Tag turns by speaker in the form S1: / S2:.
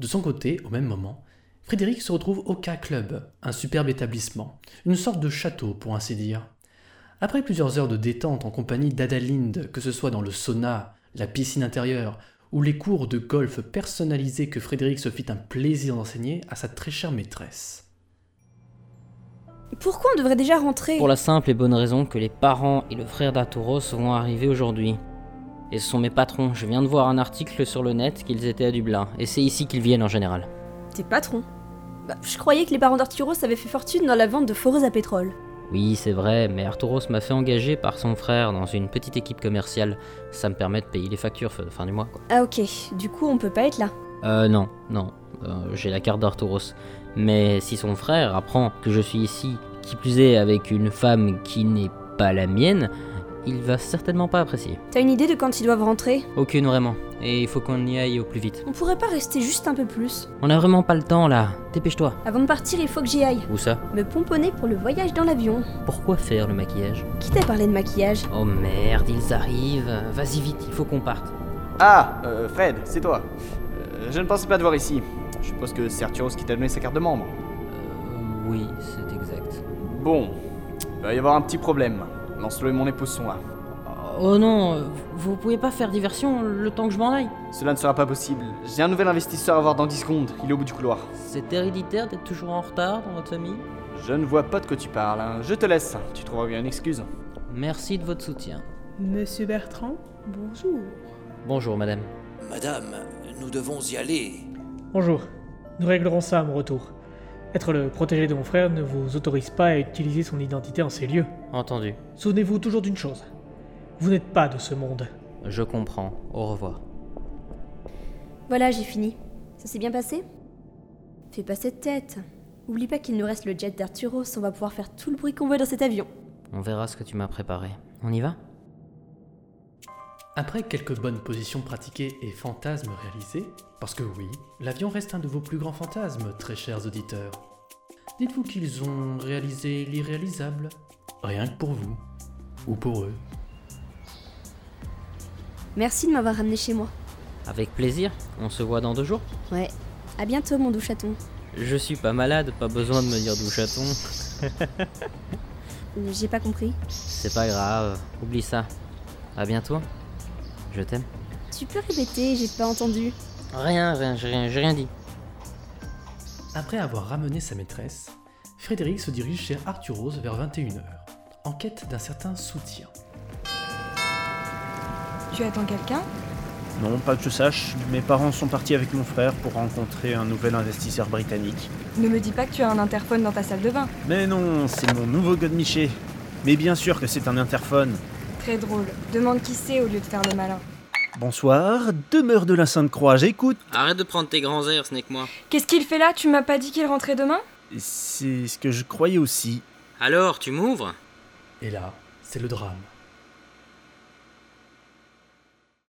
S1: De son côté, au même moment, Frédéric se retrouve au K-Club, un superbe établissement, une sorte de château pour ainsi dire. Après plusieurs heures de détente en compagnie d'Adalinde, que ce soit dans le sauna, la piscine intérieure ou les cours de golf personnalisés que Frédéric se fit un plaisir d'enseigner à sa très chère maîtresse.
S2: Pourquoi on devrait déjà rentrer
S3: Pour la simple et bonne raison que les parents et le frère d'Atouros vont arriver aujourd'hui. Et ce sont mes patrons, je viens de voir un article sur le net qu'ils étaient à Dublin, et c'est ici qu'ils viennent en général.
S2: Tes patrons bah, Je croyais que les parents d'Arturos avaient fait fortune dans la vente de foreuses à pétrole.
S3: Oui, c'est vrai, mais Arturos m'a fait engager par son frère dans une petite équipe commerciale. Ça me permet de payer les factures fin- fin du mois, quoi.
S2: Ah ok, du coup on peut pas être là.
S3: Euh, non, non. Euh, J'ai la carte d'Arturos. Mais si son frère apprend que je suis ici, qui plus est avec une femme qui n'est pas la mienne, il va certainement pas apprécier.
S2: T'as une idée de quand ils doivent rentrer
S3: Aucune vraiment. Et il faut qu'on y aille au plus vite.
S2: On pourrait pas rester juste un peu plus.
S3: On a vraiment pas le temps là. Dépêche-toi.
S2: Avant de partir, il faut que j'y aille.
S3: Où ça
S2: Me pomponner pour le voyage dans l'avion.
S3: Pourquoi faire le maquillage
S2: Qui t'a parlé de maquillage
S3: Oh merde, ils arrivent. Vas-y vite, il faut qu'on parte.
S4: Ah, euh, Fred, c'est toi. Euh, je ne pensais pas te voir ici. Je suppose que c'est Arturos qui t'a donné sa carte de membre.
S3: Euh, oui, c'est exact.
S4: Bon, il va y avoir un petit problème. Lancelot et mon épouse sont là.
S3: Oh non, euh, vous pouvez pas faire diversion le temps que je m'en aille.
S4: Cela ne sera pas possible. J'ai un nouvel investisseur à voir dans 10 secondes. Il est au bout du couloir.
S3: C'est héréditaire d'être toujours en retard dans votre famille
S4: Je ne vois pas de quoi tu parles. hein. Je te laisse. Tu trouveras bien une excuse.
S3: Merci de votre soutien.
S5: Monsieur Bertrand, bonjour.
S3: Bonjour madame.
S6: Madame, nous devons y aller.
S7: Bonjour. Nous réglerons ça à mon retour. Être le protégé de mon frère ne vous autorise pas à utiliser son identité en ces lieux.
S3: Entendu.
S7: Souvenez-vous toujours d'une chose. Vous n'êtes pas de ce monde.
S3: Je comprends. Au revoir.
S2: Voilà, j'ai fini. Ça s'est bien passé Fais pas cette tête. Oublie pas qu'il nous reste le jet d'Arturos, on va pouvoir faire tout le bruit qu'on veut dans cet avion.
S3: On verra ce que tu m'as préparé. On y va
S1: Après quelques bonnes positions pratiquées et fantasmes réalisés, parce que oui, l'avion reste un de vos plus grands fantasmes, très chers auditeurs. Dites-vous qu'ils ont réalisé l'irréalisable, rien que pour vous, ou pour eux.
S2: Merci de m'avoir ramené chez moi.
S3: Avec plaisir. On se voit dans deux jours.
S2: Ouais. À bientôt, mon doux chaton.
S3: Je suis pas malade, pas besoin de me dire d'où chaton.
S2: Euh, J'ai pas compris.
S3: C'est pas grave. Oublie ça. À bientôt. Je t'aime.
S2: Tu peux répéter, j'ai pas entendu.
S3: Rien, rien, j'ai rien, j'ai rien dit.
S1: Après avoir ramené sa maîtresse, Frédéric se dirige chez Arthur Rose vers 21h, en quête d'un certain soutien.
S5: Tu attends quelqu'un
S8: Non, pas que je sache, mes parents sont partis avec mon frère pour rencontrer un nouvel investisseur britannique.
S5: Ne me dis pas que tu as un interphone dans ta salle de bain.
S8: Mais non, c'est mon nouveau godemiché. Mais bien sûr que c'est un interphone.
S5: Très drôle. Demande qui c'est au lieu de faire le malin.
S8: Bonsoir, demeure de la Sainte-Croix, j'écoute.
S3: Arrête de prendre tes grands airs, ce n'est que moi.
S5: Qu'est-ce qu'il fait là Tu m'as pas dit qu'il rentrait demain
S8: C'est ce que je croyais aussi.
S3: Alors, tu m'ouvres
S1: Et là, c'est le drame.